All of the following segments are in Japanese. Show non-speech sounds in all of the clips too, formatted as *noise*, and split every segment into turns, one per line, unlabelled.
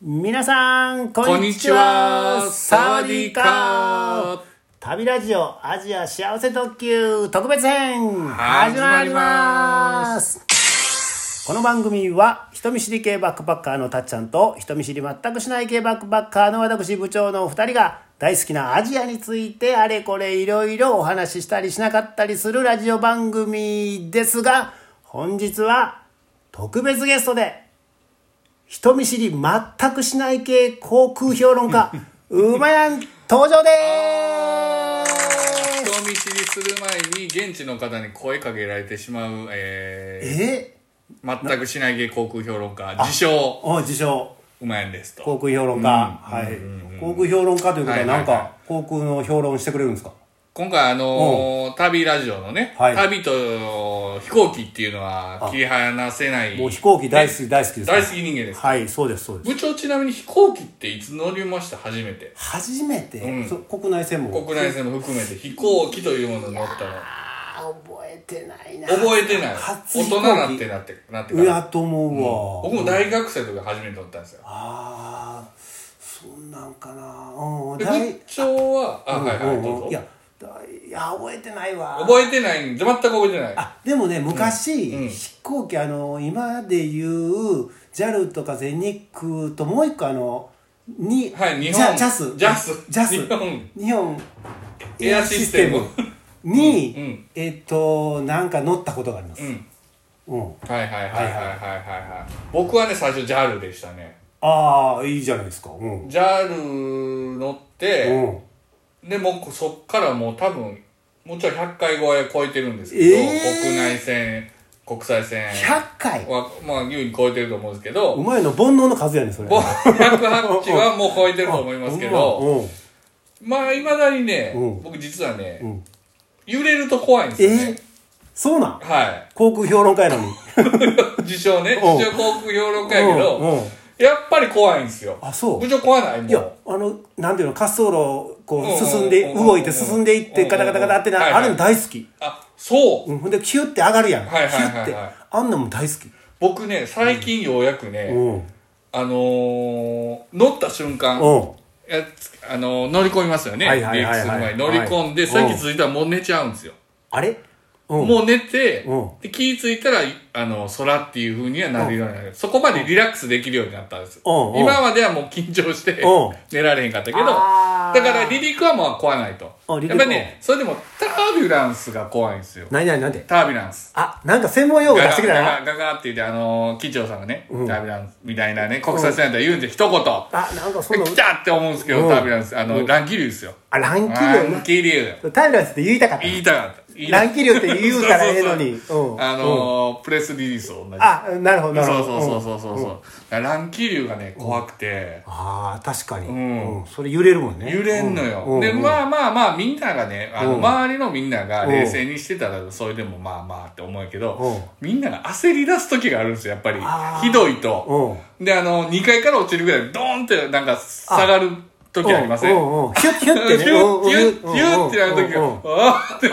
皆さんこんにち
こん
は
にちはサワディーカー
旅ラジオアジア幸せ特急特別編始
始
ま
ま
り
り
ま
ます
この番組は人見知り系バックパッカーのたっちゃんと人見知り全くしない系バックパッカーの私部長のお二人が大好きなアジアについてあれこれいろいろお話ししたりしなかったりするラジオ番組ですが本日は特別ゲストで人見知り全くしない系航空評論 *laughs* 家うまやん登場でーす
人見知りする前に現地の方に声かけられてしまう、え
え
ー、全くしない芸航空評論家自称
お自称
うまいんですと
航空評論家、はい、航空評論家ということは
はいはい
な
は
ん
い
か航空の評論してくれるんですか
今回あのー旅ラジオのね、
はい
旅と飛行機っていうのは切り離せない
もう飛行機大好き大好きです
大好き人間です
はいそうですそうです
部長ちなみに飛行機っていつ乗りました初めて
初めて、
うん
そ国内線も
国内線も含めて飛行機というものに乗ったの
あー覚えてないな
覚えてない
初
大
飛行
人
機
になってなってなってか
うや
ら
と思うわ、
僕も大学生の時初めて乗ったんですよ
ああそんなんかなうん
で
大
部長はあはいはいどうぞ
いやだいいや覚えてないわ
覚えてない全く覚えてない
あでもね昔、
うんうん
飛行機あの今で言う JAL とか全日空ともう一個あのに、
はい日
ジャ
本
ジャス
ジャス
ジャス
日本
日本
エアシステム
エアに、
うんうん
えっとなんか乗ったことがあります、
うん
うん
はいはいはいはいはいはいはい僕はね最初 JAL でしたね
ああいいじゃないですかうん、
JAL 乗って
うん
でもうそっからもう多分もちろん100回超え超えてるんですけど、
えー
国内線国際線
100回
はまあ優に超えてると思うんですけど
お前の煩悩の数やねんそれ
僕108はもう超えてると思いますけど
うんうん
まあいまだにね
うん
僕実はね
うん
揺れると怖いんですよ
え
ね
ー、そうなん
はい
航空評論家やのに
自称ね、
うん
自称航空評論家やけ
うんうん、
どやっぱり怖いんですよ。
あそう
部長怖ないも
いや
う。
あのなんていうの滑走路をこ
うんうん
う
う
ん
うん
進んで動いて進んでいっ
うんうん
て
うん
ガタガタガタって
はい
な
は
あ
い
れも大好き
あ、そう。
うんほんでキュッて上がるやんキ
は
ュ
いはいはい
ッ
はい
てあんなんも大好き
僕ね、最近ようやく
う
ね、
んうん
あのー、乗った瞬間、やつあのー乗り込みますよね。
はいはい
離
はいはい
陸する前に乗り込んで、
はい
さっき着いたらもう寝ちゃうんですよ。
あれうん
もう寝て
うん、
で気付いたら、あの、空っていう風にはなるようになる。そこまでリラックスできるようになったんです。
うんうん
今まではもう緊張して
うん、
寝られへんかったけど、だ
あー
から離陸はまあ怖ないと。
あ
や
離陸
っぱりね、それでもタービュランスが怖いんですよ。
何何何で
タービュランス。
あなんか専門用語出してきた
ガ
な
ガガガって言って、あのー、機長さんがね、
うん
タービュランスみたいなね、国際線やったら言うんで一言、
あなんかそんな
で *laughs* 来たって思うんですけど、
うん
タービュランス、あの、乱気流ですよ。
あランキリ
乱
な
気流。
タイムラスって言いたかっ
言いたかった。言い
た
た
ラ
かった
ンキリって言うからええのに
そうそうそう
うん
あのープレスリリースと同じ。
あなるほどなる
そ
ほ
う
ど
そうそう
うん
そうそうそう。だから乱気流がね、怖くて、
あー確かに
ん
うんそれ揺れるもんね
揺れんのよ。
うん
で、
うん
まあまあまあ、みんながね、あの、
うん
周りのみんなが冷静にしてたら、それでもまあまあって思うけど、みんなが焦り出す時があるんですよ、やっぱり
あ。ー
ひどいと。
うん
で、あの、2階から落ちるぐらい、ドーンってなんか下がる時ありません
うんうんうんヒュッヒュッ
ヒュ
てね
ッ、ヒュッ、ヒュッってなる時が、
うん
あーって、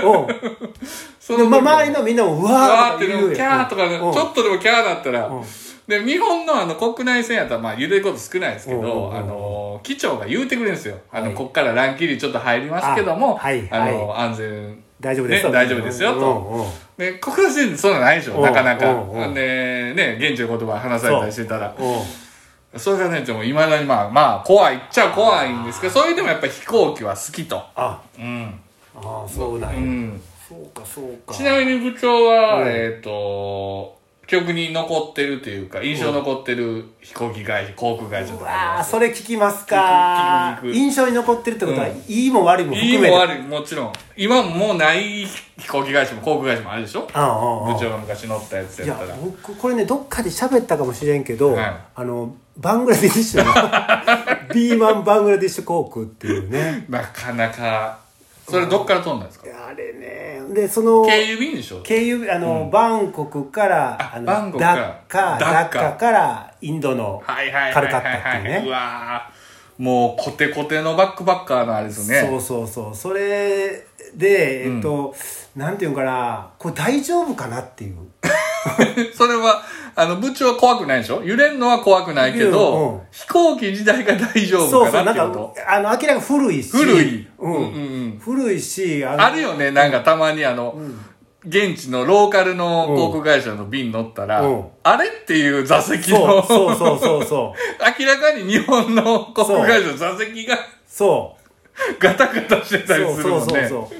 うんうん
そ
で
の
もまあ周りのみんなもうわー
わー
っ
ってて
言う
の
よ
キャーとか、
うん
ちょっとでもキャーだったら、
うん
で日本のあの国内線やったらまあ揺れること少ないですけど、
うんうんうん
あの機長が言うてくれるんですよ、あのこっから乱気流ちょっと入りますけども
あはい
あの安全
大丈夫です
ね、大丈夫ですよと、
うんうん
で国内線そんなんないでしょ、
うん
なかなか、
うんうん
でね現地の言葉話されたりしてたら
うん
それがねでもいまだにまあまあ怖いっちゃ怖いんですけどそれでもやっぱ飛行機は好きと
あ
うん
あーそうなん
う
や
ん
そうかそうか
ちなみに部長は、
うん
えっ、と、記憶に残ってるというか、印象残ってる飛行機会社、航空会社と
う
かあり
わ
ま
ー
す。
それ聞きますか
聞く聞く聞く
印象に残ってるってことは
うん
いいも悪いも
いい
含め
も
て
悪い、もちろん。今もうない飛行機会社も航空会社もあるでしょ部
ああ
長が昔乗ったやつ
い
や
や
ったら。
僕これねどっかで喋ったかもしれんけど、
はい
あのバングラディッシュ
*laughs*
のビーマンバングラディッシュ航空っていうね
なかなか、それどっから飛んだんですか
いやあれねでその
経由便でしょ
経由あの、バンコクから
あ
の
バンコクから
ダッカダ
ダ
ッ
ッカ
カからインドの
はいはい
カ
は
ル
い
カ
は
ッタっていう
いはい。う
ね
わーもうコテコテのバックパッカーのあれですね。
そうそうそうそれでえっと、なんていうんかなこれ大丈夫かなっていう
*laughs* それは、あの、部長は怖くないでしょ揺れんのは怖くないけ
うんうん
ど、飛行機自体が大丈夫
そうそう
かな
な
っ
ん
てい
か
うこ
あの明らかに古いし
古い
うん
うんうん
古いしあ
と。あるよね、なんかたまにあの、現地のローカルの航空会社の便乗ったら
うん、
あれっていう座席
そ
の
う、そうそうそうそう
*laughs* 明らかに日本の航空会社の座席が
そう
ガタガタしてたりするも
そうそ
んね。
うそうそ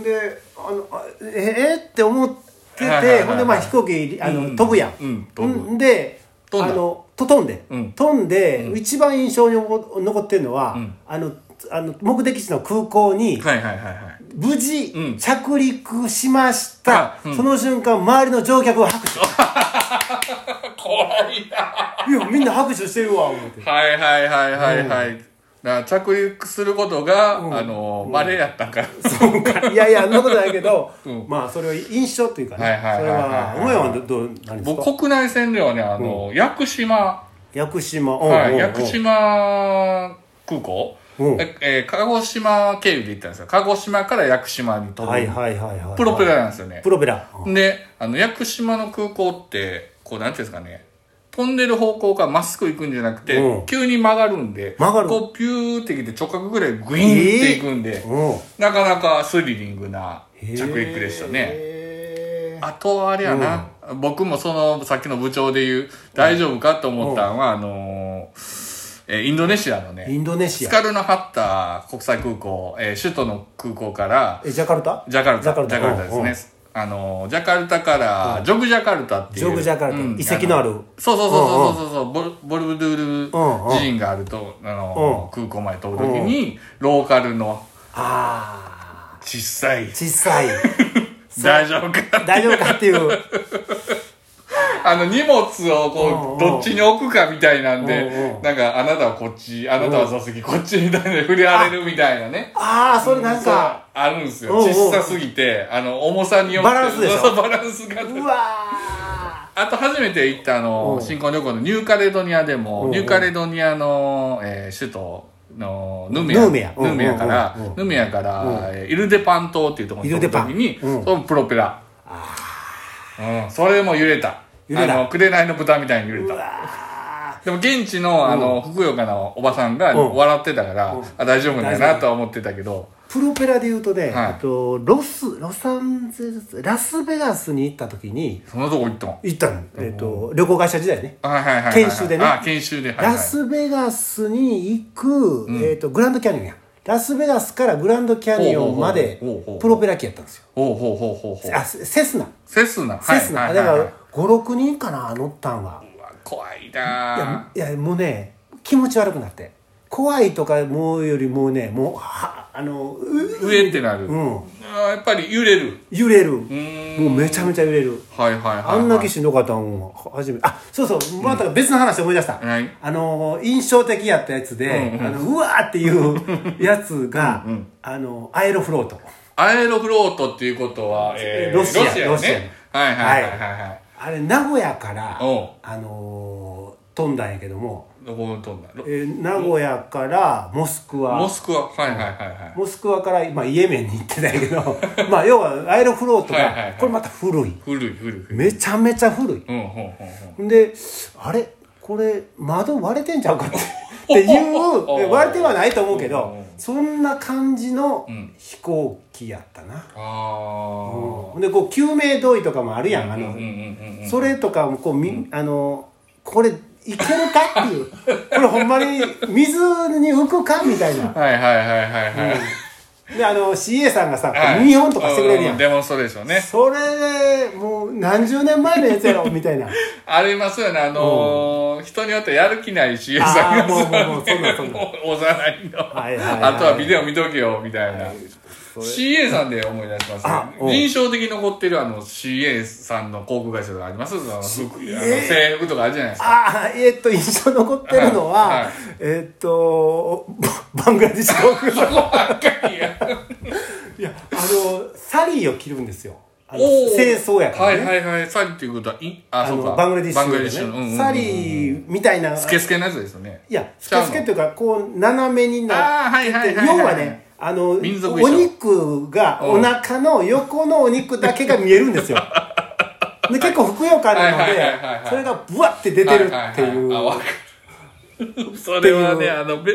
うであのあええって思ってて、
はいはいはいはい
ほんでまあ飛行機あの、
うん
飛ぶやん、
うん飛ぶ
んで
飛んだ
あのと飛んで、
うん
飛んで、一番印象に残残ってるのは、
ん
あのあの目的地の空港に
はいはいはいはい。
無事
うん
着陸しました、
あうん
その瞬間周りの乗客は拍
*laughs*
手
怖いな。
いやみんな拍手してるわ思って
はいはいはいはいはい。だから着陸することが、あの、バレやったんから。
そうかいやいやそんなことないけど、
うん
まあそれは印象というかね、
はいはいはいはいはい
それは思いはどどうなんですか
僕、国内線ではね、あの、屋久島、
屋久島、うん
は
うんう
い、
ん
屋久島空港、
うん
ええー鹿児島経由で行ったんですよ。鹿児島から屋久島に飛ぶ。
はいはいはいはい
プロペラなんですよね
プ。ロペラ
で、あの、屋久島の空港って、こう、なんていうんですかね、飛んでる方向がまっすぐ行くんじゃなくて、
うん
急に曲がるんで、
曲がる
こう、ピューってきて直角ぐらいグイーンって行くんで、
うん
なかなかスリリングな着陸でしたね。
へー
あとはあれやな、僕もそのさっきの部長で言う、大丈夫かと思ったんは、あのーえーインドネシアの
イ
ね、
ンドネシ
ス
ア
カルノハッタ国際空港、えー首都の空港から、
えジャカルタ
ジャカルタ、
ジャカルタ
ですね。あのー、ジャカルタから、ジョグジャカルタっていう。
ジョグジャカルタ遺跡のある
そうそうそうそうそうそう、ボルボルブドゥール寺院があると、あのー空港まで飛ぶときに、ローカルの
ああ
小さい、
小さい
大丈夫か
大丈夫かって
*laughs*
いう
あの荷物をこう、
うんうん
どっちに置くかみたいなん
うんう
で
ん、
なんかあなたはこっち、あなたは座席こっちみたいな振り荒れるみたいなね。
ああそれなんか
そうあるんですよ。
うんうん
小さすぎて、あの、重さによって。
バランスでしょ
そうそうバランスが。
うわ
あと初めて行ったあの
う、ん
新婚旅行のニューカレドニアで
うんう
も、
ん
ニューカレドニアの、えー首都のヌメ
ヌ
ア。
メアうんうんうん
ヌメアから
うん、
ヌメアから、えーイルデパン島っていうところに行った時
イ
に、
ルデ
そ
パンうん
のプロペラ。うん、それも揺れた。
揺れ
あ
た
の、紅の豚みたいに揺れ
ーう
た。
わ
でも現地の、あの、ふくよかなおばさんが
うん
笑ってたから
うん、
あ、大丈夫だ
大丈
な
夫
とは思ってたけど、
ープロペラで言うとね、
はい
あとロスロサンゼルスラスベガスに行った時に
そのとこ行ったもん。
行ったの、えっと旅行会社時代ね
はいはいはいはい。
研修でね
あ、研修で。はいはい
ラスベガスに行く、えー、とグランドキャニオンやラスベガスからグランドキャニオンまで
ほうほうほうほう
プロペラ機やったんですよ
ほうほうほうほうほう。
あセセスナ
セスナ。
セスナ、
はいはいはい
だ
は
か
い
ら56人かな乗ったんは
うわ怖いない
やもうね気持ち悪くなって怖いとかもうよりもうねもうはあのう
上ってなる、
うん
あーやっぱり揺れる
揺れる
ー
もうめちゃめちゃ揺れる
はいはいはい、はい、
あんなきしんどかったん初めあそうそうまた別の話思い出した、
はい
あの印象的やったやつで、うあのうわーって
*laughs*
いうやつがあのアエロフロート
アエロフロートっていうことは、えー
ロシア
ロシア,、ね、
ロシア
はいはいはいはいはい
あれ名古屋から
おう
あのー飛んだんやけども、
どこに飛んだロ
えー名古屋からモスクワ
モスクワはいはいはいはい
モスクワから、まあ、イエメンに行ってたんやけど *laughs* まあ要はアエロフロートが、
はいはいはい
これまた古い
古い古い古い
めちゃめちゃ古い
うんうんうんうん
であれこれ窓割れてんちゃうかって *laughs* っていう
*laughs* おお
割れてはないと思うけ
お
ど
お
そんな感じの
ん
飛行機やったな、
ああ
でこう救命胴衣とかもあるやんあの、
うんうんうんうん
それとかもこうみ、あのこれいけるかっていう *laughs* これほんまに水に浮くかみたいな
はいはいはいはいはい、
であの CA さんがさ
はい
見本とかしてくれるや
うんうデモンストレーションね
それでもう何十年前のやつやろみたいな
ありますよねあのー人によってやる気ない CA さん
ああ
が
もうもうもうそんなんそんなん
もう幼いの、
はいはいはい
あとはビデオ見とけよみたいな、CA さんで思い出しま
あ
す
うん
ね印象的に残ってるあの CA さんの航空会社とかありますその服あの制服とかあるじゃないですか
ああえーっと印象残ってるのは、
はいはい
えーっとババングラディッシュ航空
そこばっかりや
いやあのサリーを着るんですよあの
おー
清掃やから、ね
はいはいはいサリっていうことはいあ
あ
そう
の
か
バングラディッシュ
バングラディッシュ
で
の、
ね
うんうんうん
サリーみたいな
スケスケのやつですよね
いやスケスケっていうかこう斜めにな
あーはいはいはいはい
要はねあのお
民族衣装 *laughs*
肉がお腹の横のお肉だけが見えるんですよで結構ふくよかなの
はい
で
はいはいはいはい
それがブワッて出てるっていう
あわかる *laughs* それはねあのベ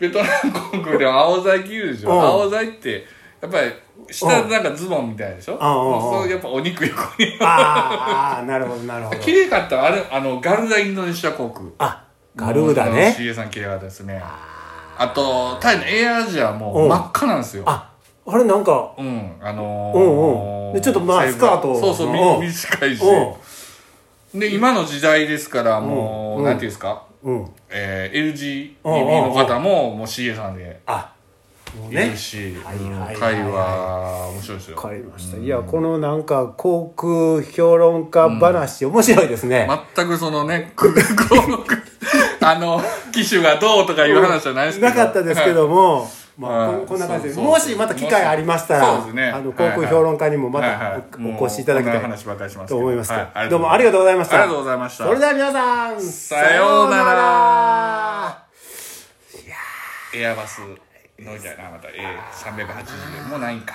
ベトナムコンクールでも青剤着るでしょ、
うん
青剤ってやっぱり下なんかズボンみたいでしょ、
んうんうん
そうやっぱお肉横に
あーあーなるほどなるほど
綺麗かったあれあのガルダインドネシア航空
あガルーダ
もうあの
ね
CA さん綺麗かったですねあとタイのエアアジア
う
も
ん
真っ赤なんですよ
ああれなんか
うんあの
うんうんでちょっとまあ
セブ
スカート
そうそうみ
うん
短いし
う
で今の時代ですからも
うん
うなんていうんですか
んうん
えー、
うんうん
LGB の方ももう CA さんで
あもう
いる
ね
し、うん
はいはいはいはい
会は面白いですよ
わかりましたいやこのなんか航空評論家話面白いですね
全くそのね空港の *laughs* あの機種がどうとかいう話じゃないですけど
なかったですけども、まあ、
はい
こんこんな感じで
そうそう
もしまた機会ありました
そうですね
ら、あの航
はいは
空
い
評論家にもま
はいは
たお,、
もう
越しいただきた
こんない話ばっかりしますけ
と思いますけど、
は
どうもありがとうございました。
ありがとうございました
それでは皆さん、
さようなら
さよ
エアバスのみたいなまた A380 でもうないんか